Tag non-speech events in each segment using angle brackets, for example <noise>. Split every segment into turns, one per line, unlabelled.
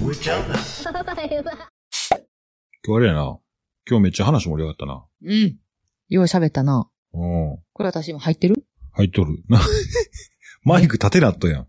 燃えちゃうな。
今日あれやな。今日めっちゃ話盛り上がったな。
うん。よう喋ったな。
うん。
これ私今入ってる
入っとる。 <laughs> なマイク立てなっとやん。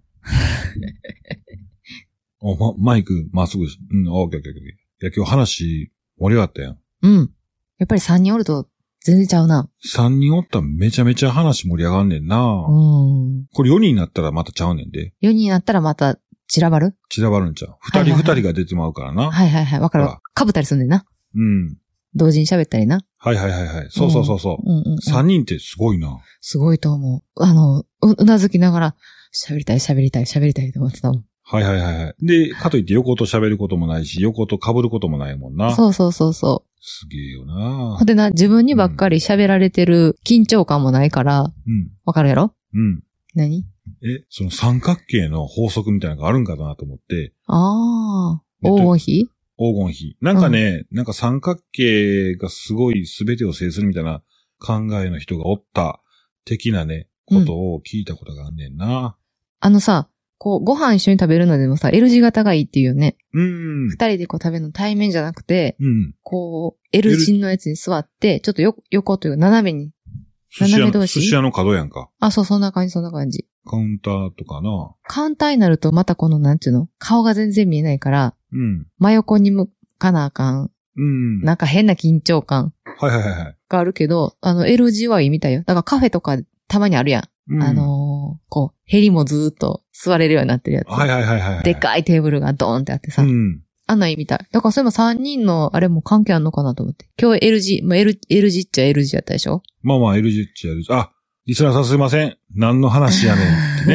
<laughs> おま、マイクまっすぐし、うん、オッケーオッケーオッケー。いや、今日話盛り上がったやん。
うん。やっぱり3人おると全然ちゃうな。
3人おったらめちゃめちゃ話盛り上がんねんな。
うん。
これ4人になったらまたちゃうねんで。
4人になったらまた散らばる
散らばるんちゃう。
は
2
いはい
人
はい
2人が出てまうからな。
はいはいはい。わかる
ほら
わ。かぶったりすんねんな。
うん。
同時に喋ったりな。
はいはいはいはい。そうそうそうそう。
うんうん、うん。
3人ってすごいな。
すごいと思う。あの、う、うなずきながら、喋りたい喋りたい喋りたいと思ってたもん。
はいはいはいはい。で、かといって横と喋ることもないし、横と被ることもないもんな。
そうそうそうそ
すげえよ
う。
な
ほん。でな、自分にばっかり喋られてる緊張感もないから、
うん。
わかるやろ
うん。
何
え、その三角形の法則みたいなのがあるんかなと思って、
ああ、
えっと
黄金比
黄金比。なんかね、なんか三角形がすごい全てを制するみたいな考えの人がおった、的なね、ことを聞いたことがあんねんな。
あのさ、こう、ご飯一緒に食べるのでもさ、L 字型がいいっていうよね。
うん。
二人でこう食べるの対面じゃなくて、
うん。
こう、L 字のやつに座って、ちょっとよ、横というか斜めに。
寿司
斜
屋の、
め同
寿
士
司屋の角やんか。
あ、そう、そんな感じ、そんな感じ。
カウンターとかな。
カターになるとまたこの、なんちゅうの顔が全然見えないから、
うん。
真横に向かなあかん。
うん。
なんか変な緊張感
はいはいはいはい。
があるけど、あの、L 字はいいみたいよ。だからカフェとかたまにあるやん。
うん、
あ、のーこう、ヘリもずーっと座れるようになってるやつ。
はいはいはいはいはい。
でかいテーブルがドーンってあってさ。
うん。
あんなんいいみたい。だからそれも3人のあれも関係あんのかなと思って。今日 L 字、まあ、L、L 字っちゃ L 字やったでしょ
まあまあ、L 字っちゃ L 字。あ、リスナーさんすいません。何の話やねん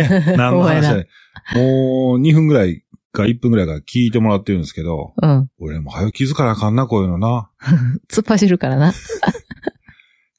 <laughs> ってね。何の話やねん。もう2分ぐらいか1分ぐらいから聞いてもらってるんですけど、
うん。
俺も早く気づかなあかんな、こういうのな。
突っ走るからな。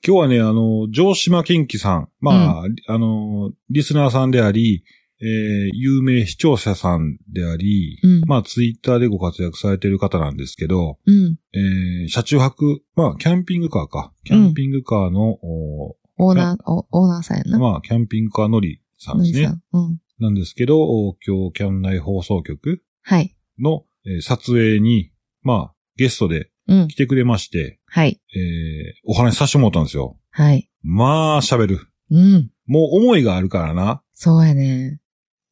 今日はね、あの、城島健貴さん。まあ、あの、リスナーさんであり、えー、有名視聴者さんであり、
うん。
まあ、ツイッターでご活躍されてる方なんですけど、
うん。
えー、車中泊、まあ、キャンピングカーか。キャンピングカーの、お
オーナー、おオーナーさんやな。
まあ、キャンピングカー乗りさんです
のり
ね
さ。んうん。
なんですけど、今日、キャン内放送局
はい。
の、えー撮影に、まあ、ゲストで
うん
来。てくれまして、
はい。
えーお話しさせてもらったんですよ。
はい。
まあ、喋る。
うん。
もう思いがあるからな。
そうやね。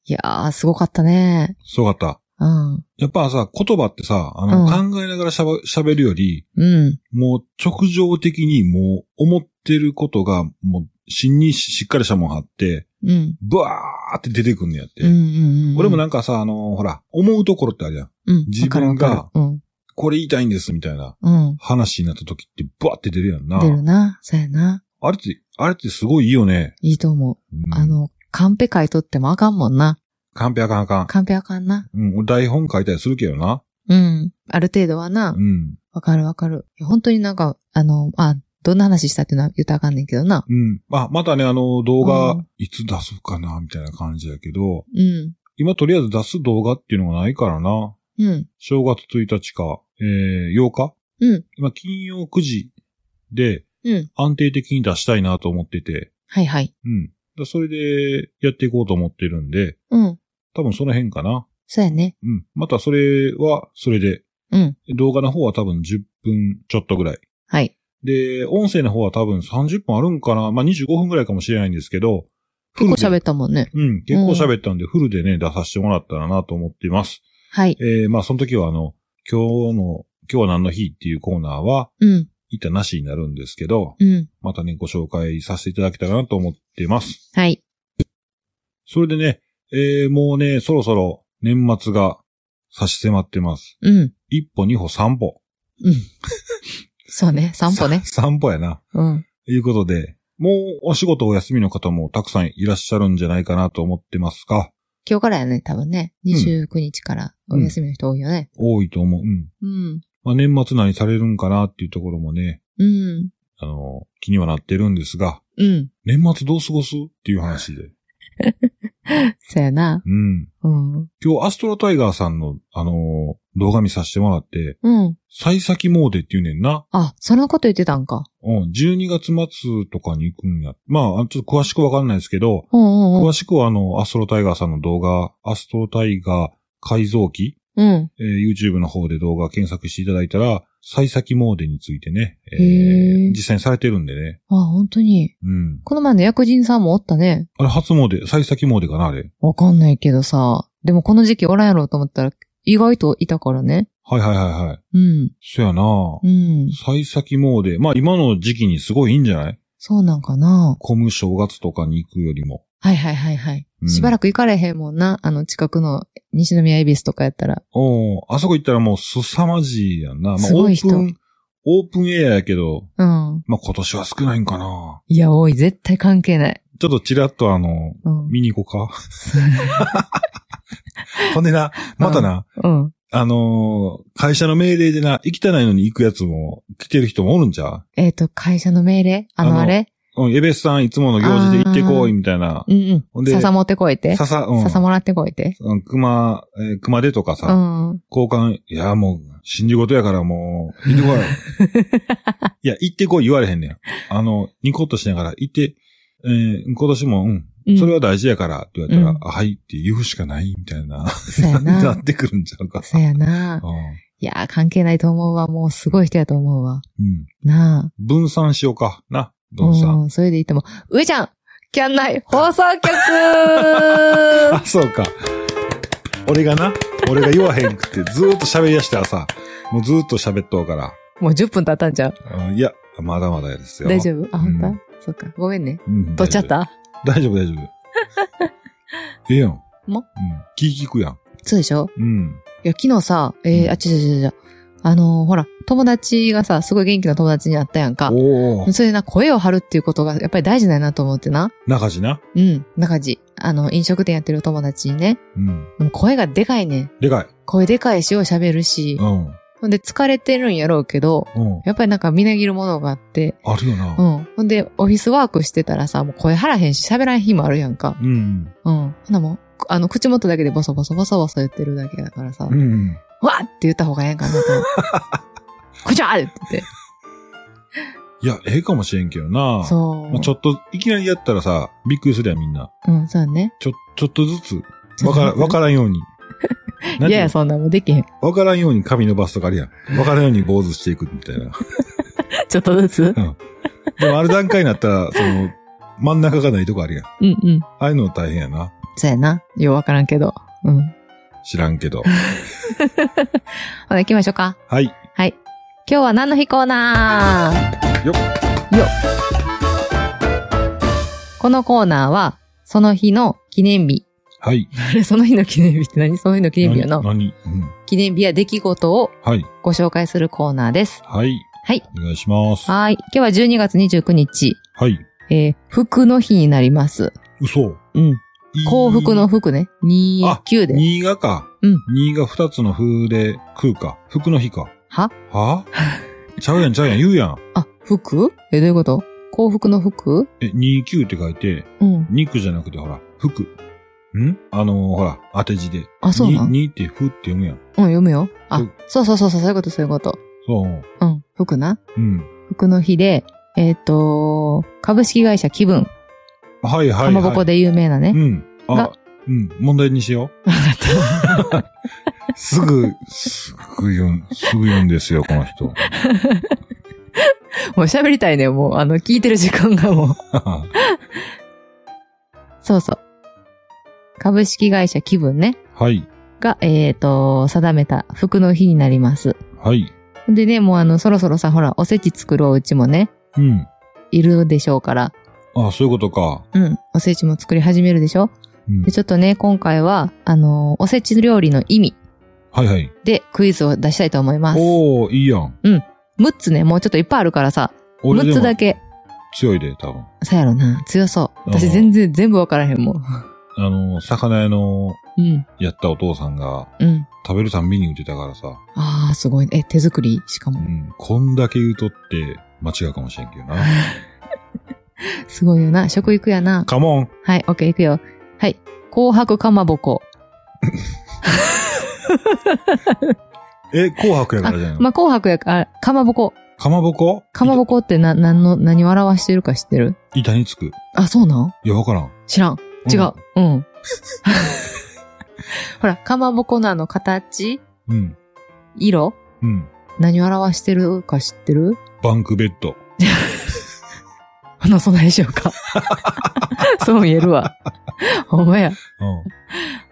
いやー、すごかったね。
すごかった。
うん。
やっぱさ、言葉ってさ、あの、
う
考えながらしゃば喋るより、
うん。
もう直情的にもう思ってることが、もう、芯にしっかりしたもん貼って、
うん。
ブワーって出てくんのやって。
うん。うん。うん
俺も
な、
なんかさ、あの、ほら、思うところってあるやん。
うん。
自分が
わかるわか
これ言いたいんです、みたいな。
るうん。
話になった時ってバーって出るやん
う
な。
ん。出るな。そうやな。
あれって、あれってすごいいいよね。
いいと思
う
う。
ん
あ、の、カンペ書いとってもあかんもんな。
カンペあかんあかん。
カンペあかんな。
うん、俺台本書いたりするけどな。
うん。ある程度はな
う。ん。
わかるわかる。本当になんか、あの、あ、どんな話したっていうのは言ったらあかんねんけどな。
うん。あ、またね、あの、動
う
画
ん、
いつ出そうかな、みたいな感じやけど、
うん。
今とりあえず出す動画っていうのがないからな。
うん。
正月1日か、えー、8日
うん。
今、金曜9時で
うん。
安定的に出したいなと思ってて、
はいはい。
うん。だそれで、やっていこうと思ってるんで、
うん。
多分その辺かな。
そうやね。
うん。またそれは、それで
うん。
動画の方は多分10分ちょっとぐらい。
はい。
で、音声の方は多分30分あるんかなまあ、25分ぐらいかもしれないんですけど、
結構喋
っ
ったもんね。
うん、結構喋ったんで、フルでね、出させてもらったらなと思っています。
はい。
えー、まあ、その時はあの、今日の、今日は何の日っていうコーナーは、
うん。
いたなしになるんですけど、
うん。
またね、ご紹介させていただけたらなと思ってます。
はい。
それでね、えー、もうね、そろそろ年末が差し迫ってます。
うん。
一歩、二歩、三歩。
うん。そうね。散歩ね。
さ三歩やな。
うん。
ということで、もうお仕事お休みの方もたくさんいらっしゃるんじゃないかなと思ってますが、
今日からやね、多分ね。29日からお休みの人多いよね。
多いと思う。うん。
うん。
まあ、年末何されるんかなっていうところもね、
うん。
あの、気にはなってるんですが、
うん。
年末どう過ごすっていう話で。
そうやな。
うん。
うん。
今日アストロタイガーさんの、あの動画見させてもらって、
うん。
幸先詣っていうねんな。
あ、そのこと言ってたんか。
うん。12月末とかに行くんや。まあ、あちょっと詳しくわかんないですけど、
うんうんう
詳
ん。
しくはあの、アストロタイガーさんの動画、アストロタイガー改造機
うん。
えー YouTube の方で動画検索していただいたら、幸先モーデについてね、えー
へー
実際にされてるんでね。
あ、本当に。
うん。
この前の薬人さんもおったね。
あれ、初詣、幸先詣かな、あれ。
わかんないけどさ。でもこの時期おらんやろうと思ったら、意外といたからね。
はいはいはいはい。
うん。
そやな、
うん。
幸先詣。まあ今の時期にすごいいいんじゃない
そうなんかな。
混む正月とかに行くよりも。
はいはいはいはい。
うん
しばらく行かれへんもんな。あの、近くの西宮恵比寿とかやったら。
おおあそこ行ったらもう凄まじいやんな。まあ、
すごい人
オープン、オープンエアやけど、
うん。
まあ今年は少ないんかない
や、多い。絶対関係ない。
ちょっとちらっとあの、
うん。
見に行こうか。 <laughs> ほんでな、またな、
<laughs> うん。
あのー会社の命令でな、行きたないのに行くやつも、来てる人もおるんちゃ
えっ、と、会社の命令あ
あ
の、
の
あれ
ううん、エベスさんいつもの行事で行ってこい、みたいな。
うん
ほ
うんん。
で
笹持ってこいて。
笹、うん。
笹もらってこいて。
うん熊、えー熊手とか
う
さ、
ん。
交換、いや、もう、死んじ事やからもう、行ってこい。
<laughs>
いや、行ってこい言われへんねん。あの、ニコッとしながら、行って、えー今年も、うん、
うん
それは大事やから、って言われたら、
うん
あはいって言うしかない、みたいな、
そう
<laughs>
や
な
な
っ。てくるんちゃうか。
そうやな。
うん
いやー、関係ないと思うわ。もうすごい人やと思うわ。
うん。
なあ。
分散しようか。な、分散。
うん、それで言っても、上ちゃんキャン内放送局
あ、 <laughs> そうか。俺がな、俺が言わへんくて、ずーっと喋り出して朝、もうずーっと喋っとうから。
もう10分経ったんちゃう
うんいや、まだまだですよ。
大丈夫あ、
う
ほ
ん
んとそっか。ごめんね。
うん
取っちゃった
大丈夫、大丈夫。
<laughs>
ええやん。う
も
ん。気聞くやん。
そうでしょ
うん。
いや、昨日さ、え
うん
ー、あ、ちょちょちょちょ。あのー、ほら、友達がさ、すごい元気な友達に会ったやんか。
おお。
それでな、声を張るっていうことがやっぱり大事だよなと思ってな。
中地な。
うん、中地。あの、飲食店やってる友達にね。
うん。
もう声がでかいねん。
でかい。
声でかいし、よう喋るし
う。ん。
ほんで、疲れてるんやろうけど、
うん。
やっぱりなんかみなぎるものがあって。
あるよな。
う。ん。ほんで、オフィスワークしてたらさ、もう声張らへんし、喋らん日もあるやんか。
うん。
うん。ほんなもう、あの、口元だけでボソボソボソボソ言ってるだけだからさ、
うん。
わーって言った方がええんかなと思って。 <laughs> こちゃーって言って。
いや、ええかもしれんけどな。
そう。
まあちょっと、いきなりやったらさ、びっくりするやん、みんな。
うん、そうだね。
ちょ、ちょっとずつ、わから、わからん
<laughs>
ように。なんて
い
い
やいうや、そんなもんできへん。
のわからんように髪伸ばすとかあるやん。わからんように坊主していくみたいな。
ちょっとずつ。
でもある段階になったら、その、真ん中がないとこあるやん。あ
うんうん。
あいうの大変やな。
そうやな。ようわからんけど。うん。ほ
知らんけど。
な、行きましょうか。
はい。
はい。今日は何の日コーナー
よ
っ。よっ。このコーナーは、その日の記念日。 <laughs>
はい。
あれ、その日の記念日って何その日の記念日やな。
何何うん。
記念日や出来事を
はい。
ご紹介するコーナーです。
はい。
はい。
お願いします。は
はい。今日は12月29日、
い。
えー、服の日になります。
嘘。
うん。
いい
幸福の。服ね。29で。
新賀か。
うん。
新賀二つの風で食うか。服の日か。
は
はちゃうやんちゃうやん。言うやん。
あ、服え、どういうこと幸福の服
え、29って書いて、
うん。
肉じゃなくてほら、服。んあのーほら、当て字で。
あそうなん
ににってふって読むやん。
うん、読むよ。あ
うん、
そうそうそうそう、そういうこと、そういうこと。
そう。
うん、服な。
うん。
服の日で、えっ、と、株式会社気分、
はいはい、は
か
い。
まぼこで有名なね。
うん。あ
が、
うん。問題にしよう。すぐ、すぐ言うん、すぐ言うんですよ、この人。 <laughs>
もう喋りたいね、もう、あの、聞いてる時間がもう。 <laughs>
は
そうそう。株式会社気分ね、
い。
が、えっ、と、定めた服の日になります。
はい。
でね、もうあの、そろそろさ、ほら、おせち作るお家もね、
うん。
いるでしょうから、
あ、そういうことか。
うん、おせちも作り始めるでしょ
うん
で、。ちょっとね、今回は、あの、おせち料理の意味
はいはい。
でクイズを出したいと思います。
おー、いいやん。
6つね、もうちょっといっぱいあるからさ、
俺
6
で
つ
も
だけ。
強いで、多分。
そうやろな。強そう。
う
私
ん
全然全部わからへんもん。
あの、魚屋の
うん。
やったお父さんが
うん。
食べるたんびに言ってたからさ。
ああ、すごい。え、手作りしか
う
も。
ん。こんだけ言うとって間違うかもしれんけどな。
<laughs> すごいよな。食育やな。
カモン
はい、オッケーいくよ。はい。紅白かまぼこ。
え、紅白や
あ
からじゃない、の、
まあ、紅白やから、あかまぼこ。
かまぼこ
かまぼ
こ。
こってな、何の、何を表してるか知ってる
板につく。
あ、そうなん
いや、わからん。
知らん。違う。うん。 <laughs> ほら、かまぼこのあの形、
うん。
色、
うん。
何を表してるか知ってる
バンクベッド。
話さないでしょう <laughs> か。そう見えるわ。ほんまや。
うん。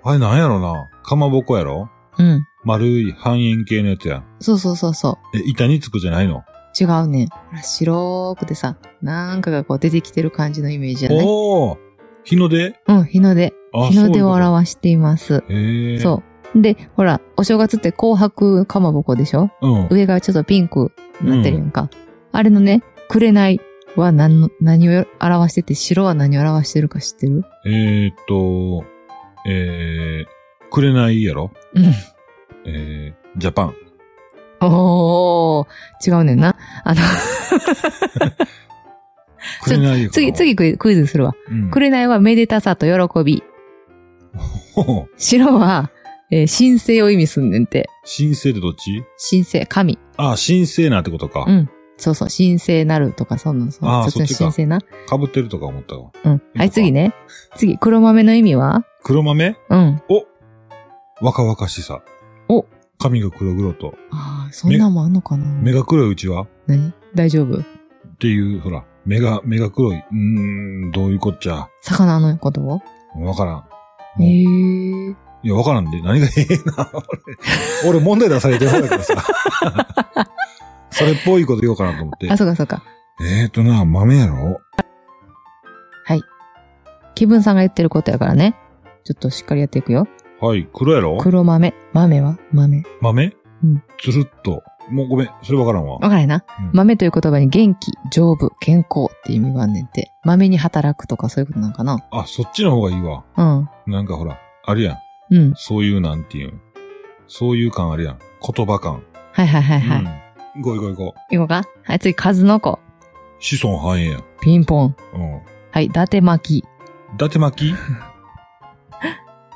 あれなんやろな。かまぼこやろ
うん。
丸い半円形のやつやん。
そうそうそうそう。
え、板につくじゃないの
違うねん。ほら白くてさ、なんかがこう出てきてる感じのイメージじゃない
おー日の出
うん、日の出。
あ
日の出を
う
表しています。
こと。へえ。
そう。で、ほら、お正月って紅白かまぼこでしょ
う。うん。
上がちょっとピンクになってるやんか。あれのね、紅は何の、何を表してて、白は何を表してるか知ってる
えー、っと、えー、くれないやろ
うん。
えー、ジャパン。
おー、違うねんな。あの、
くれないやから
次、。次クイズクイズするわ。
うん、 <laughs>
紅はめでたさと喜び。
ほほ
白は、えー神聖を意味すんねんて。
神聖ってどっち
神聖、神。
あ、神聖なってことか。
うんそうそう、神聖なるとか、そんな、そ
あー
そっ
そっ
ち
ちか
の神聖な。
かぶってるとか思ったわ。
うん。はい、次ね。次、黒豆の意味は
黒豆
うん。
お若々しさ。
お
髪が黒々と。
ああ、そんなんもあんのかな
目が黒いうちは
何大丈夫
っていう、ほら、目が、目が黒い。うーん、どういうこっちゃ。
魚のことを
わからん。
え
うん
え
いや、わからんで。何がええな。 <laughs> 俺、俺問題出されてる方だから
<laughs>
さ。それっぽいこと言おうかなと思って
あ、。そうかそうか。
えーとな、豆やろ
気分さんが言ってることやからね。ちょっとしっかりやっていくよ。
はい、黒やろ
黒豆。豆は豆。
豆
うん。
つるっと。もうごめん、それわからんわ。
わからんな。
うん
豆という言葉に元気、丈夫、健康って意味があんねんて。豆に働くとかそういうことなんかな。
あ、そっちの方がいいわ。
うん。
なんかほら、あるやん。
うん。
そういうなんていうん。そういう感あるやん。言葉感。
はいはいはいはい。
うん。ごいごいご。
いこうか。はい、次、数の子。
子孫繁栄やん。
ピンポン。
うん。
はい、伊達巻き。
伊達
<laughs>
巻き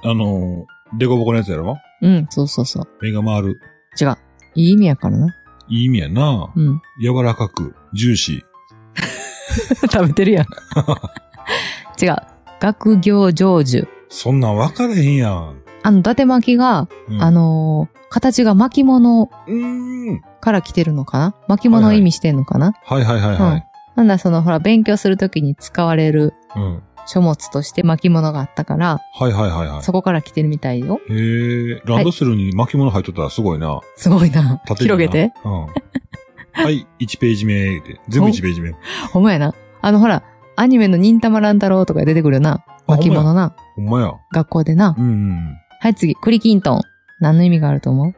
あのー、デコボコのやつやろ
うん、そうそうそう。
目が回る。
違う。いい意味やからな。
いい意味やな
う。ん。 <laughs>
柔らかく、ジューシ
食べて
<laughs>
るやん。違う。学業成就。
ー。そんなん分かれへんやん。
あの、伊達巻きが、
うん
あ、のー形が巻物
うーん。
から来てるのかな巻物を意味してんのかな、
はいはいはいはい。
なんだ、その、ほら、勉強するときに使われる
うん。
書物として巻物があったから、
はいはいはいはい。
そこから来てるみたいよ。
へえ、ランドセルに巻物入っとったらすごいな。
すごいな。
縦にな
広げて。。
うん。
<laughs>
はい、1ページ目で。全部1ページ目。
ほんまやな。あの、ほら、アニメの忍たま乱太郎とか出てくるよな。巻物な。
ほんまや。
学校でな。
うんうん
はい、次。栗きんとん。何の意味があると思う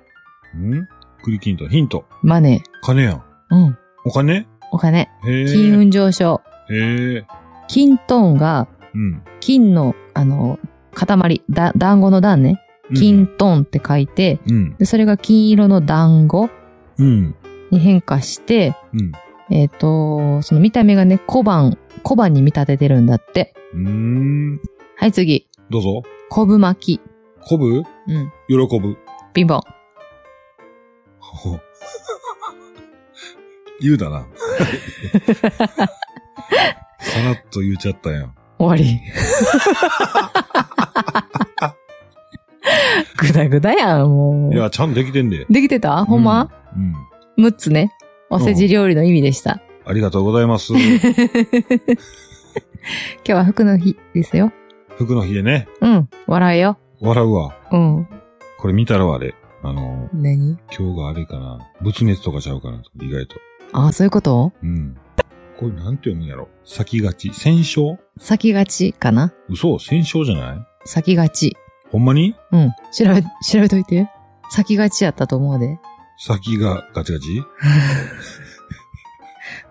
うん。ん栗キント、ヒント。
マネ
金やん。
ー。うん。
お金
お金。
へえ。
金運上昇。
へえ。
金とんが、
うん。
金の、あの、塊、だ、団子の段ね。金。トンって書いて、
うん。
で、それが金色の団子
うん。
に変化して、
うん。
えっ、と、その見た目がね、小判、小判に見立ててるんだって。
うーん。
はい、次。
どうぞ。
昆布巻き。
こぶ
うん。
喜ぶ。 <laughs>
ピンポン。
ほほ言うだ
<laughs>
な。さらっと言っちゃったやん。
終わ <laughs> り。ぐだぐだやん、もう。
いや、ちゃんとできてんで。
できてたほんま、
うんうん。
?6 つね。おせち料理の意味でした。
ありがとうござい
<laughs>
ます。
今日は服の日ですよ。
服の日でね、
うん。笑えよ。
笑うわ。
うん。
これ見たらあれ。あの、
何
今日があれかな。仏滅とかちゃうかなと。意外と。
ああ、そういうこと
うん。これなんて読むんやろ。先がち。戦勝
先がちかな
嘘戦勝じゃない
先がち。
ほんまに
うん。調べ、調べといて。先がちやったと思うで。
先がガチガチ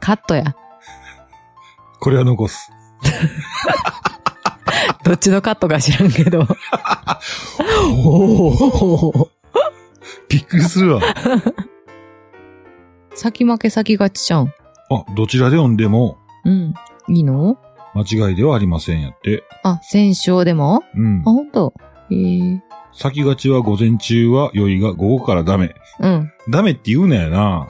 カットや。
これは残す。
どっちのカットか知らんけど。おお。
びっくりするわ。
先負け先がちじゃん。
あ、どちらで読んでも
うん。いいの
間違いではありませんやって。
あ、戦勝でも
うん
あ、。ほんと。ええ
先がちは午前中は良いが午後からダメ。
うん。
ダメって言うなよな。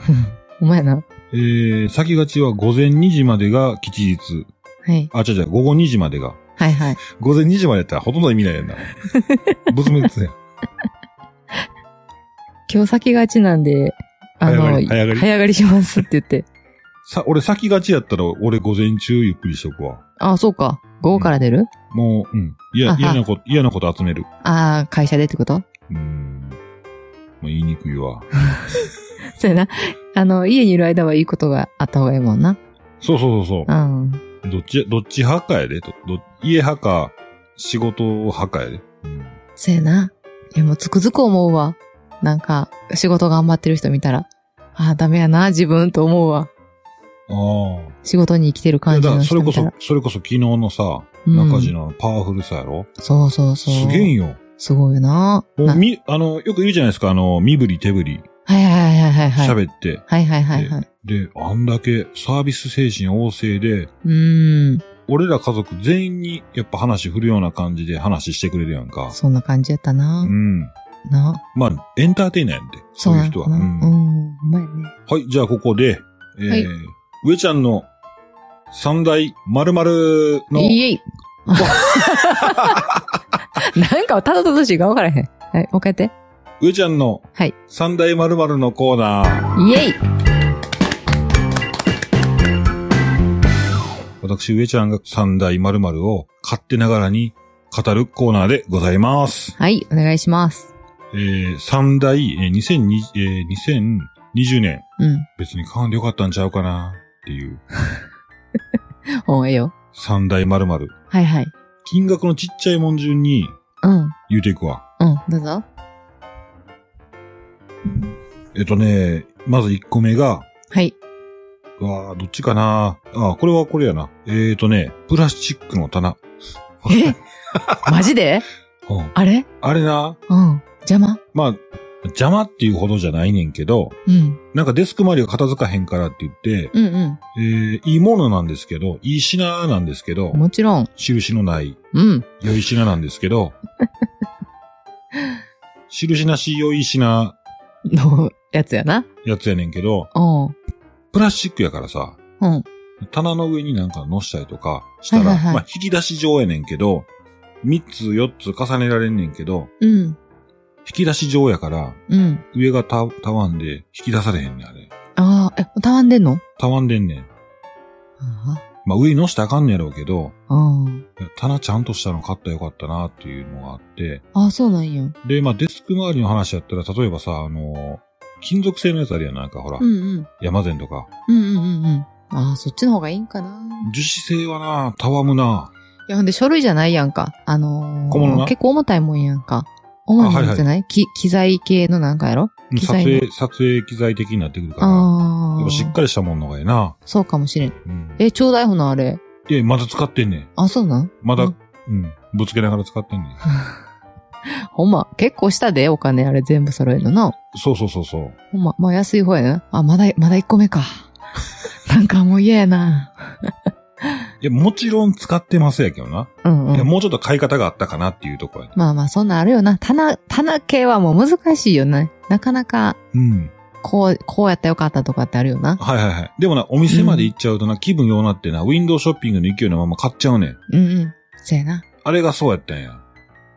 お前な。
えー、先がちは午前2時までが吉日。
はい。
あ、違う違う、午後2時までが。
はいはい。
<laughs> 午前2時までやったらほとんど意味ないやんな。仏滅やん。
今日先がちなんで、あ
早
の、
上がり早上がり
しますって言って。
さ、俺先がちやったら、俺午前中ゆっくりしとくわ。
あ、そうか。午後から出る、
もう、うん。い
あ
や、
は
嫌なこと、嫌なこと集める。
ああ、会社でってこと
うーん。まあ、言いにくいわ。
<laughs> そうやな。あの、家にいる間はいいことがあった方がいいもんな。
そうそうそう
う
そ
ん。
う。どっち、どっち派かやで。ど、ど家派か、仕事派かやで。うん
そうやな。いや、もうつくづく思うわ。なんか、仕事頑張ってる人見たら、ああ、ダメやな、自分と思うわ。
あ
仕事に生きてる
あ。いや
感じ
だか
の
らそ
人
れこ
見た
そ
ら。、
それこそ昨日のさ、
うん
中地のパワフルさやろ、
そうそうそう。
すげえんよ。
すごいよな。
も
な
うみ、あの、よく言うじゃないですか、あの、身振り手振り、
はいはいはいはいはい。
喋って、
はいはいはいはい。
で、あんだけサービス精神旺盛で、
うーん。
俺ら家族全員にやっぱ話振るような感じで話してくれるやんか。
そんな感じやったな。
うん。
な。
まあ、エンターテイナーやんで、そ
そうう
いう
な
人
の
は。
かな。
う
う
ん
ん。うん、うまいね。
はい、じゃあここで、えー
はい
上ちゃんの三大〇〇の、
いえい。 <laughs> なんか、ただただしいか分からへん。はい、もう一回やって。
上ちゃんの
はい
三大〇〇のコーナー。
イエイ
私、上ちゃんが三大〇〇を勝手ながらに語るコーナーでございます。
はい、お願いします。
えー、三大、えー2020、えー2020年、
うん。
別に買うんでよかったんちゃうかなっていう、
おうええよ。
三大〇〇。
はいはい。
金額のちっちゃいもん順に
うん。
言うていくわ。
うん、どうぞ。
えっとね、まず1個目が、
はい。
うわあどっちかなあーこれはこれやな。えっとね、プラスチックの棚。 <laughs>
えマジで
うん
あれ
あれな、
うん。邪魔
まあ、邪魔っていうほどじゃないねんけど、
うん。
なんかデスク周りが片付かへんからって言って、
うんうん。
えー、いいものなんですけど、いい品なんですけど、
もちろん。
印のない
うん。
良い品なんですけ
<laughs>
ど、印なし良い品
のやつやな。
やつやねんけど、
うん。
プラスチックやからさ、
うん。
棚の上になんか乗したりとかしたら、
はいはいはい
まあ引き出し状やねんけど、3つ4つ重ねられんねんけど、
うん。
引き出し状やから、
うん。
上がたたわんで引き出されへんねん、あれ。
ああ、え、たわんでんの
たわんでんねん。
あ
まあ上に乗したらあかんねやろうけど、
あ。うん。
いや棚ちゃんとしたの買ったらよかったなっていうのがあって、
ああ、そうなんや。う
で、まあ、デスク周りの話やったら、例えばさ、あのー金属製のやつあるやん、なんかほら、
んうん。
山善とか。
うんうんうんうん。ああ、そっちの方がいいんかな。
樹脂製はな、たわむな。
いや、ほんで書類じゃないやんか。あのー
小物な
結構重たいもんやんか。重いもんじゃない、
あ
き機材系のなんかやろ機
撮
材の
影、撮影機材的になってくるから、
あ
やっ
あ
ぱ。しっかりしたもんのがええな。
そうかもしれん。
うん。
え、ちょうだいほな、あれ。
いや、まだ使ってんねん。
あ、そうなん
まだ、
う
うんん、ぶつけながら使ってんね <laughs> ん。
ほんま、結構したで、お金、あれ全部揃えるのな。
そうそうそうそう。
ほんま、まあ安い方やな。あ、まだ、まだ1個目か。 <laughs> なんかもう嫌やな。
いや、もちろん使ってますやけどな。
うんう
いや、
ん。
もうちょっと買い方があったかなっていうとこや、ね。
まあまあ、そんなんあるよな。棚、棚系はもう難しいよね。なかなか、
うん。
こう、こうやったらよかったとかってあるよな。
はいはいはい。でもな、お店まで行っちゃうとな、気分ようなってな、ウィンドウショッピングの勢いのまま買っちゃうねん。
うんうん。そうやな。
あれがそうやったんや。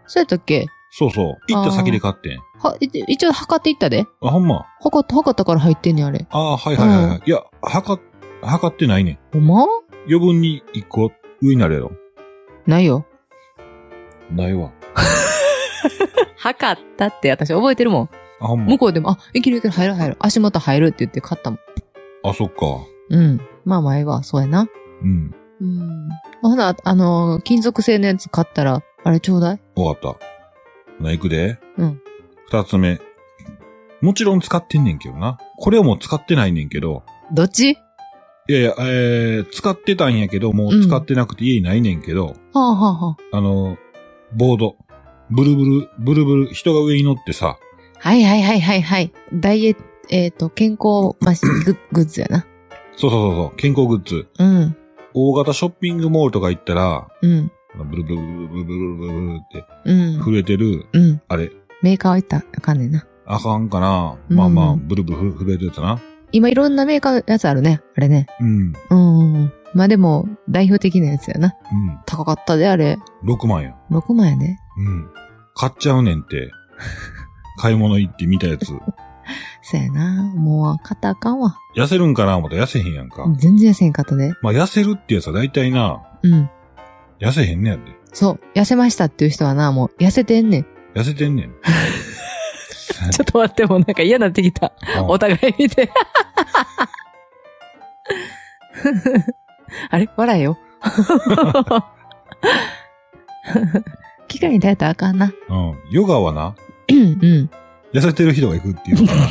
そうやったっけ
そうそう。行った先で買ってん。
は、い一応測っていったで。
あ、ほんま。
測った、測ったから入ってんねんあれ。
ああ、はいはいはい、はい。いや、測っ、測ってないねん。
ほんま
余分に一個上になるやろ。
ないよ。
ないわ。
測ったって私覚えてるもん。
あ、ほんま
向。こうでも、あ、いけるいける、入る入る。足元入るって言って買ったもん。
あ、そっか。
うん。まあ前は、そうやな。
うん。
うん。ほな、あのー、金属製のやつ買ったら、あれちょうだい
わかった。ほな、行くで。
うん。
二つ目。もちろん使ってんねんけどな。これはもう使ってないねんけど。
どっち
いやいや、えー、使ってたんやけど、もう使ってなくて家にないねんけど、
はあはあは
あの、ボード。ブルブル、ブルブル、人が上に乗ってさ、
あ。はいはいはいはいはい。ダイエット、えっ、と、健康マシ <coughs> ググッズやな。
そうそうそうそう、健康グッズ。
うん。
大型ショッピングモールとか行ったら、
うん。
ブルブルブルブルブルブルブルって
うん。
震えてる、
うん。
あれ、
メーカーはいったらあかんねんな。
あかんかな。
うん
まあまあ、ブルブル震えてたな。
今いろんなメーカーのやつあるね。あれね。
うん、うん。
うんうんうん。まあでも、代表的なやつやな。高かったで、あれ。
6万や。
6万やね。 <laughs>
うん。買っちゃうねんって。買い物行って見たやつ。
そうやな。もう、肩あかんわ。
痩せるんかな思ったら痩せへんやんか。
全然痩せんかったで。
まあ、痩せるってやつは大体な、
うん。
痩せへんねやで。
そう。痩せましたっていう人はな、もう、痩せてんねん。
痩せてんねん。
<laughs> ちょっと待って、もうなんか嫌になってきた。
うん
お互い見て。 <laughs> あれ笑えよ。 <laughs> 機械に耐えたらあかんな。
うん。ヨガはな、
うんうん。
痩せてる人が行くっていう
<laughs>
から、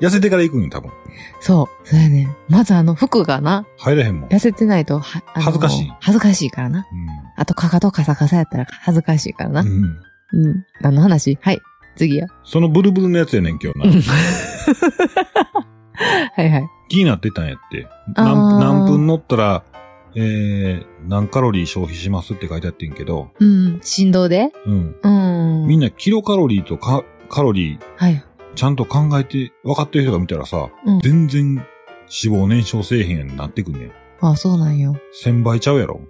痩せてから行くんよ、多分。
そう。そうやねん。まずあの服がな、
入らへんもん。
痩せてないとは、あの
恥ずかしい
恥ずかしいからな。あと、かかとカサカサやったら恥ずかしいからな。
う。
うんん。
うん。
何の話はい。次や。
そのブルブルのやつやねん、今日な。
はいはい。
気になってたんやって。
あー
何何分乗ったら、えー、何カロリー消費しますって書いてあってんけど、
うん。振動で
うん。
うん。
みん
な。
なキロカロリーとカカロリー、
はい。
ちゃんと考えて、分かってる人が見たらさ、
うん
全然脂肪燃焼せえへんやんなってくんねん。
あ、そうなんよ。
1000倍ちゃうやろ。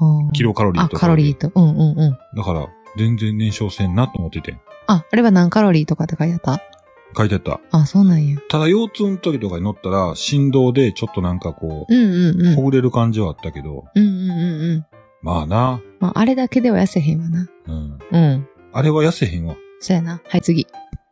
うん
キロカロリー
あ、
と
カロリーと。うんうんうん。
だから、全然燃焼せんなと思っててん。
あ、あれは何カロリーとかって書いてあった
書いてあった。
あ、そうなんや。
ただ、腰痛の時とかに乗ったら、振動でちょっとなんかこ
うんうんう
う、
ん。
ほぐれる感じはあったけど、
うんうんうんうん。
まあな、
まあ、あれだけでは痩せへんわな。
うん。
うん。
あれは痩せへんわ。
そうやな。はい、次。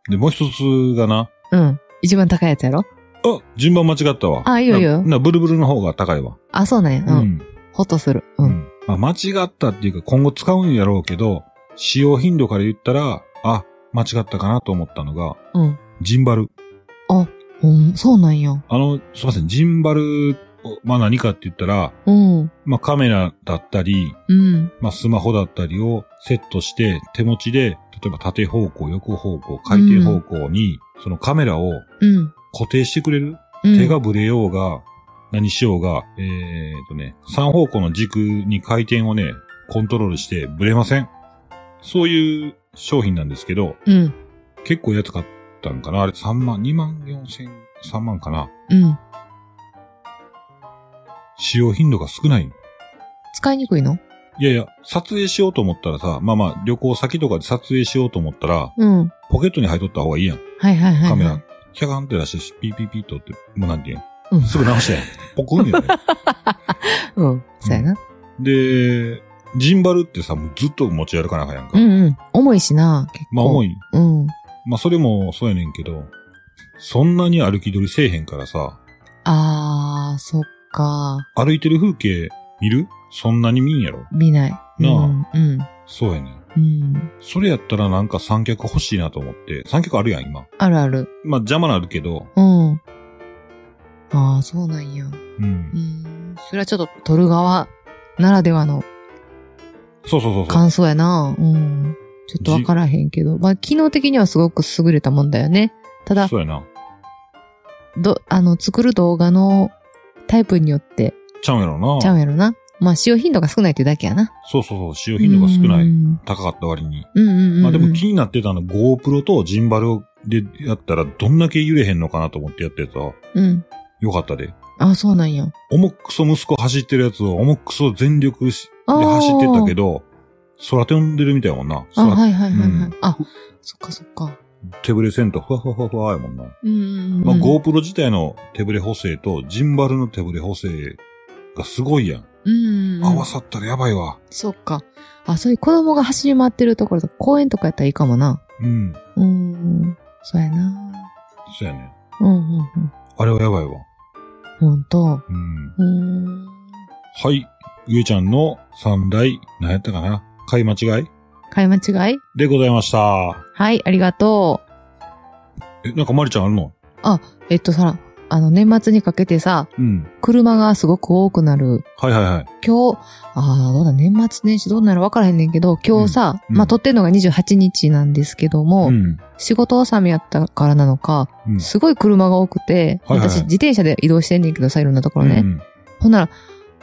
で、もう一つがな、
うん。一番高いやつやろ
あ、順番間違ったわ。
あいいよいいよ
な、なブルブルの方が高いわ。
あ、そうなんや。うん。
ん。
ほっとする。う。
うんん。まあ、間違ったっていうか、今後使うんやろうけど、使用頻度から言ったら、あ、間違ったかなと思ったのが、
うん。
ジンバル。
うん、そうなんや。
あの、すいません、ジンバルを、まあ何かって言ったら、
うん。
まあカメラだったり、
うん。
まあスマホだったりをセットして、手持ちで、例えば縦方向、横方向、回転方向に、そのカメラを
うん。
固定してくれる
うん。
手がブレようが、何しようが、えー、とね、3方向の軸に回転をね、コントロールしてブレません。そういう商品なんですけど、
うん。
結構やつ買ったんかなあれ3万、2万4千、3万かな
うん。
使用頻度が少ない。
使いにくいの
いやいや、撮影しようと思ったらさ、まあまあ旅行先とかで撮影しようと思ったら、
うん。
ポケットに入っとった方がいいやん。
はいはいはいはい。
カメラ。キャガンって出して、ピーピーピーとって、もうなんていうん
うん。
すぐ直
<laughs>
して、ポコンよね。
うん。そうやな。
で、ジンバルってさ、もうずっと持ち歩かなあかんやんか。
うんうん。重いしな。結構。
まあ重
い。
い。
うん。
まあそれもそうやねんけど、そんなに歩き取りせえへんからさ、
あー、そっか。
歩いてる風景見るそんなに見んやろ。
見ない。
なあ
うん。
そうやねん。
うん。うん。
それやったらなんか三脚欲しいなと思って、三脚あるやん、今。
あるある。
まあ邪魔なるけど、
うん。ああ、そうなんや。う
うん。
ん。それはちょっと撮る側ならではの
そうそうそうそう。
感想やな。うん。ちょっとわからへんけど。まあ、機能的にはすごく優れたもんだよね。ただ、
そうやな。
ど、あの、作る動画のタイプによって
ちゃうんやろな。
ちゃうんやろな。まあ、使用頻度が少ないっていうだけやな。
そうそうそう。使用頻度が少な
う
い。
ん
高かった割に。
うんうんうん。
まあでも気になってたの GoPro とジンバルでやったらどんだけ揺れへんのかなと思ってやってた。
うん。
よかったで。
ああ、そうなんや。
重くそ息子走ってるやつを重くそ全力しで
あー
走ってったけど、空飛んでるみたいやもんな。
あ、
空
はいはいはいはい。
うん
あ、そっかそっか。
手ぶれせんとふわふわふわふわやもんな。
うんうんうん。
まあ、GoPro 自体の手ぶれ補正とジンバルの手ぶれ補正がすごいやん。
うんうんうん。
合わさったらやばいわ。
そっか。あ、そういう子供が走り回ってるところとか、公園とかやったらいいかもな。
うん。
うーん。そうやな。
そうやね。
うんうんうん。
あれはやばいわ。
ほんと。
うん。
うーん。
はい。ゆえちゃんの三大、何やったかな買い間違い
買い間違い
でございました。
はい、ありがとう。
え、なんかまりちゃんあるの
えっとさ、あの、年末にかけてさ、
うん。
車がすごく多くなる。
はいはいはい。
今日、ああ、どうだ、年末年始どうなるわからへんねんけど、今日さ、
うんうん
まあ、撮ってんのが28日なんですけども、
うん。
仕事納めやったからなのか、
うん。
すごい車が多くて、
はいはいはい
私自転車で移動してんねんけどさ、いろんなところね。
うん
ほんなら、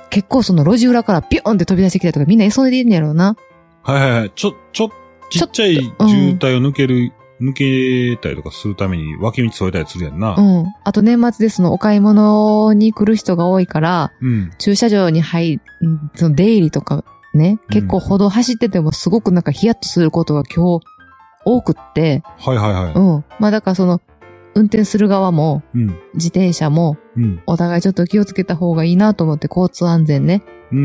結構その路地裏からピョンって飛び出してきたりとかみんな急いでんねやろうな。
はいはいはい。ちょ、ちょ、ちっちゃい渋滞を抜ける、抜けたりとかするために脇道添えたりするやんな。
うん。あと年末でそのお買い物に来る人が多いから、
うん。
駐車場に入り、んその出入りとかね、結構歩道走っててもすごくなんかヒヤッとすることが今日多くって、
はいはいはい。
うん。まあだからその、運転する側も、
うん。
自転車も、
うん。
お互いちょっと気をつけた方がいいなと思って、交通安全ね。
うん。
う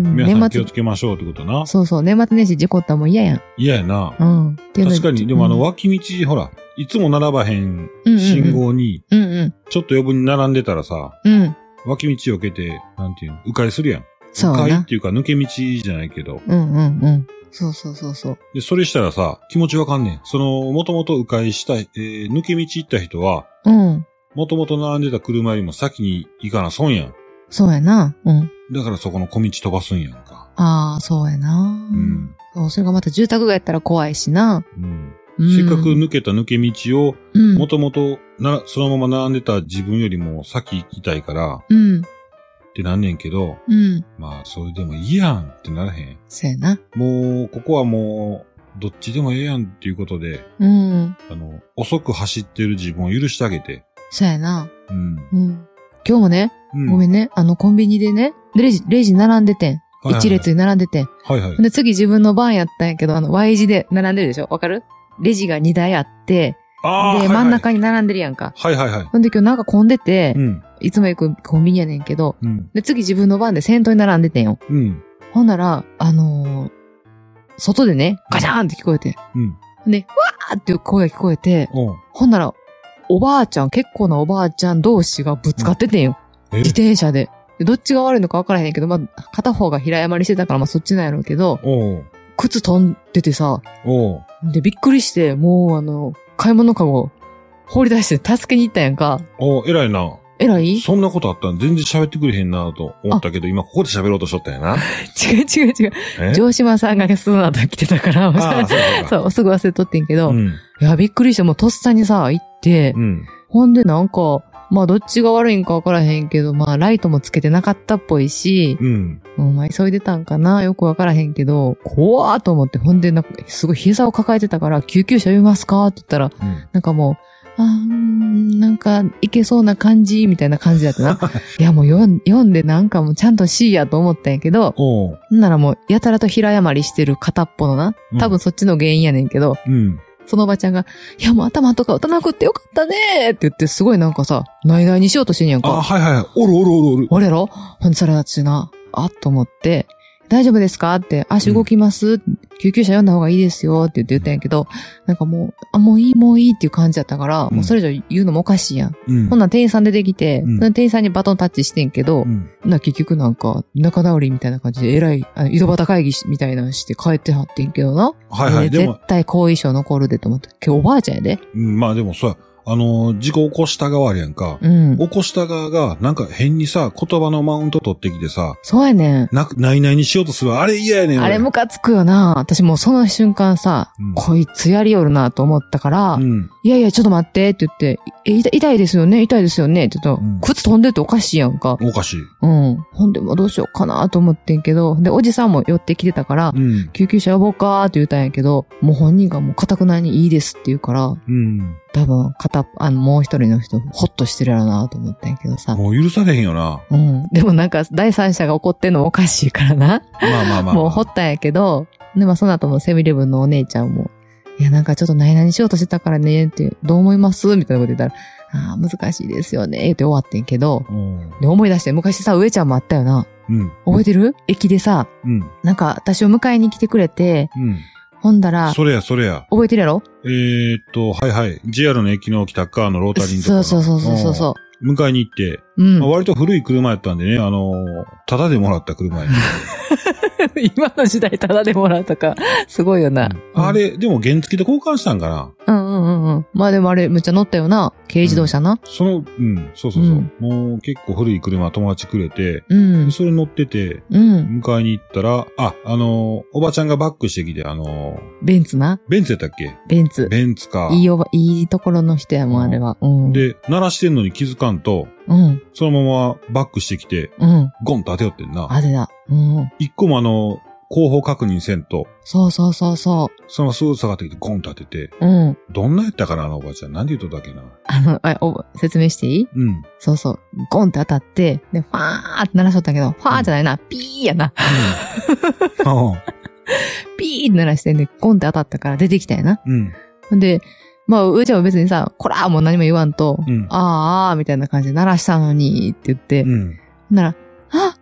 ん
皆さん気
年末
をつけましょうってことな。
そうそう、年末年始事故ったらもう嫌やん。
嫌やな。
うん。っていうの
確かに、でもあの、
うん
脇道、ほら、いつも並ばへん
うんうんうん
信号に、
うんうん。
ちょっと余分に並んでたらさ、
うん。
脇道を受けて、なんていうの、迂回するやん。
そう
迂回っ
な。
ていうか、抜け道じゃないけど。
うんうんうん。そうそうそうそう。
で、それしたらさ、気持ちわかんねん。その、もともと迂回した、えー抜け道行った人は、
うん。
もともと並んでた車よりも先に行かな損やん。
そうやな。うん。
だからそこの小道飛ばすんやんか。
ああ、そうやな。
うん。
そう、それがまた住宅街やったら怖いしな。
うん。
うん
せっかく抜けた抜け道を、
うん
もともと、な、そのまま並んでた自分よりも先行きたいから、
うん。
ってなんねんけど、
うん。
まあ、それでもいいやんってならへん。
そうやな。
もう、ここはもう、どっちでもええやんっていうことで、
うん。
あの、遅く走ってる自分を許してあげて。
そうやな。
うん。
うん。今日もね、
うん、
ごめ
ん。
んね、あの、コンビニでね、レジ、レジ並んでてん。
はいはい
一列に並んでてん。
はいはい。
で、次自分の番やったんやけど、あの、Y 字で並んでるでしょわかるレジが2台あって、
あー
で、真ん。中に並んでるやんか。
はいはいはいはいはい。
ほんで今日なんか混んでて
う、ん。
いつも行くコンビニやねんけど、
うん。
で、次自分の番で先頭に並んでてんよ。
うん。
ほんなら、あのー外でね、ガチャーンって聞こえて、
うん。
で、わーっていう声が聞こえて、
おう
ほんなら、おばあちゃん、結構なおばあちゃん同士がぶつかっててんよ。
え
自転車で。でどっちが悪いのか分からへんけど、まあ、片方が平山にしてたから、まあ、そっちなんやろうけど、
おう
靴飛んでてさ、
おう
で、びっくりして、もう、あの、買い物かご、放り出して助けに行ったんやんか。
おう偉いな。
えらい違
そんなことあったん全然喋ってくれへんなと思ったけど、今ここで喋ろうとしとったんやな。
う違う違う。
え
城島さんがその後来てたから、
ああ、そうかそうか。
<laughs> そう、すぐ忘れとってんけど、
うん。
いや、びっくりして、もうとっさにさ、行って、
うん。
ほんでなんか、まあ、どっちが悪いんか分からへんけど、まあ、ライトもつけてなかったっぽいし、
うん。
お前急いでたんかなよくわからへんけど、怖ーと思って、ほんで、なんか、すごい膝を抱えてたから、救急車呼びますかって言ったら、
うん。
なんかもう、あーうーん、なんか、いけそうな感じ、みたいな感じだった
<laughs>
な。いや、もう読ん読んで、なんかもうちゃんと C やと思ったんやけど、
おう
ほんならもう、やたらと平山りしてる片っぽのな
うん、
多分そっちの原因やねんけど、
うん。
そのおばちゃんが、いや、もう頭とか打たなくってよかったねーって言って、すごいなんかさ、ないないにしようとしてんやんか。
あ、はいはいはい。おるおるおるおる。
俺やろほんでそれ私な、あっと思って、大丈夫ですかって、足動きます、救急車呼んだ方がいいですよって言って言ったんやけど、なんかもう、あ、もういいもういいっていう感じだったから、
うん
もうそれ以上言うのもおかしいやん。
うん
ほん。なん店員さん出てきて、
うん
その店員さんにバトンタッチしてんけど、
うん。
な、結局なんか、仲直りみたいな感じで、えらい、あの、井戸端会議しみたいなのして帰ってはってんけどな。
はいはい。
で
でも
絶、対後遺症残るでと思って。今日おばあちゃんやで。
うんまあでもそうや、あのー事故起こした側あるやんか。
うん。
起こした側が、なんか変にさ、言葉のマウント取ってきてさ、
そうやねん。
なく、ないないにしようとする。あれ嫌やねん。
あ
俺
れムカつくよな。私もうその瞬間さ、
うん
こいつやりよるなと思ったから、
うん。
いやいや、ちょっと待ってって言って、え、痛い痛いですよね、痛いですよね、ちょっと、
うん
靴飛んでるとおかしいやんか。
おかしい。
うん。ほんで、もうどうしようかなと思ってんけど、で、おじさんも寄ってきてたから
う、ん。
救急車呼ぼうかーって言ったんやけど、もう本人がもう固くないにいいですって言うから、
うん。
多分、片、あの、もう一人の人、ほっとしてるやろなと思ったんやけどさ。
もう許されへんよな。
うん。でもなんか、第三者が怒ってんのおかしいからな。
まあまあまあ。
もうほったんやけど、で、まあその後もセミレブンのお姉ちゃんも、いや、なんかちょっと何々しようとしてたからね、って、どう思いますみたいなこと言ったら、ああ、難しいですよね、って終わってんけど、
うん。
で、思い出して、昔さ、上ちゃんもあったよな。
うん。
覚えてる駅でさ、
うん。
なんか私を迎えに来てくれて、
うん。
ほんだら、
それや、それや。
覚えてるやろ
えー、っと、はいはい。JR の駅の北側のロータリーのとこ
そうそうそうそうそうそ
うん迎えに行って、
う。うん
まあ。割と古い車やったんでね、あのー、タダでもらった車
<laughs>
やね、
<laughs> 今の時代ただでもらうとか、すごいよな。
うんあれ、でも原付で交換したんかな
うんうんうんうん。まあでもあれ、むっちゃ乗ったよな。軽自動車な。
その、うん、そうそうそう。
うん
もう結構古い車友達くれて、
うん
で。それ乗ってて、
うん。
迎えに行ったら、あ、あのーおばちゃんがバックしてきて、あのー
ベンツな。
ベンツやったっけ
ベンツ。
ベンツか。
いいおば、いいところの人やもん、あれは。うん。
で、鳴らしてんのに気づかんと、
うん、
そのままバックしてきて、
うん。
ゴンと当てよってんな。
あれだ。うん。
一個もあのー後方確認せんと、
そうそうそうそ
そのまますぐ下がってきてゴンと当てて、
う。うん。
どんなやったかな、あのおばちゃん。なんで言うとったっけな。
あの、あお説明していい
うん。
<laughs>
うん
そうそう。ゴンって当たって、で、ファーって鳴らしとったけど、ファーじゃないな、ピーやな。
ああ
ピーって鳴らしてんで、ゴンって当たったから出てきたよな。
うん。
ほんで、まあ、うちは別にさ、こらーもう何も言わんと、
うん。
あーあーみたいな感じで鳴らしたのにって言って、
うん。
なら、あ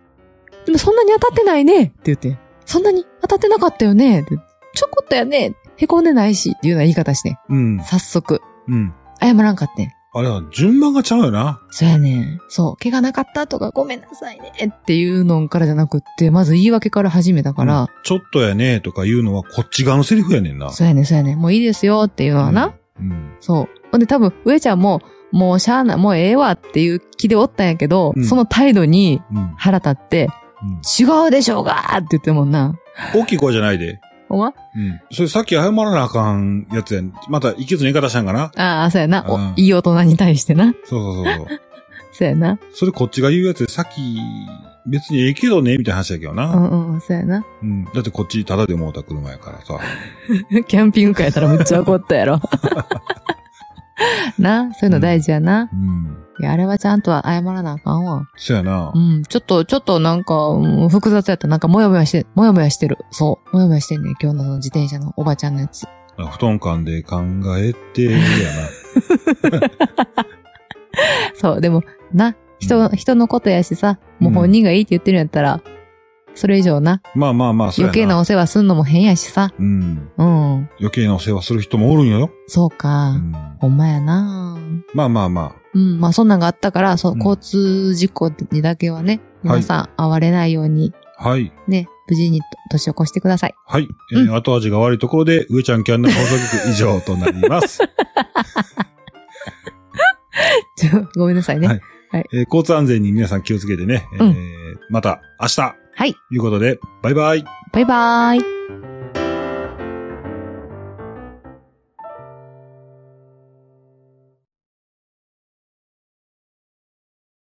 でもそんなに当たってないねって言って、そんなに当たってなかったよねってちょこっとやねへこんでないしっていうような言い方してん。
うん。
早速、
うん。
謝らんかってん。
あれは順番がちゃうよな。
そうやねん。そう、怪我なかったとかごめんなさいねっていうのからじゃなくって、まず言い訳から始めたから、
ちょっとやねとか言うのはこっち側のセリフやねんな。
そうやねん、そうやねん。もういいですよっていうのはな。
うん。
そう。ほんで多分、上ちゃんも、もうしゃあない、もうええわっていう気でおったんやけど、
うん
その態度に
うん。うん。
腹立って、
うん
違うでしょうがーって言ってんもんな。
大きい声じゃないで。
お
う
ま
ん。それさっき謝らなあかんやつやん。また、いけずに言い方したんかな
ああ、そうやな、
う
お
ん
いい大人に対してな。
そうそうそうそう。
そうやな。
それこっちが言うやつで、さっき、別にええけどね、みたいな話やけど
う
な。
んうんうん、そうやな。 <laughs>
うん。だってこっち、ただでもうた車やからさ。
キャンピングカーやったらむっちゃ怒ったやろ。 <laughs> な、そういうの大事やな。
うん。
いや、あれはちゃんとは謝らなあかんわ。
そやな
う。ん、ちょっと、ちょっとなんか、うん複雑やった。なんか、もやもやして、もやもやしてる。そう。もやもやしてんねん今日のその自転車のおばちゃんのやつ。
布団間で考えて、
<laughs>
や
そう、でも、な、人、
うん
人のことやしさ、もう本人がいいって言ってるんやったら、それ以上な、
な。まあまあまあ、そや
余計なお世話すんのも変やしさ、
うん。
うん、
余計なお世話する人もおるんやよ。
そうか、
うん。
ほんまやな
まあまあまあ。
うん、まあそんなんがあったから、そう、
うん
交通事故にだけはね、
はい
皆さん、会われないように、
はい。
ね、無事に年を越してください。 <laughs>
はい。えー後味が悪いところで、上ちゃんキャンナー放送局以上となり
<laughs>
ます。
ちょごめんなさいね。
は
はいい。
えー交通安全に皆さん気をつけてね。えー
う
また明日ということで、バイバイ。
バイバーイ。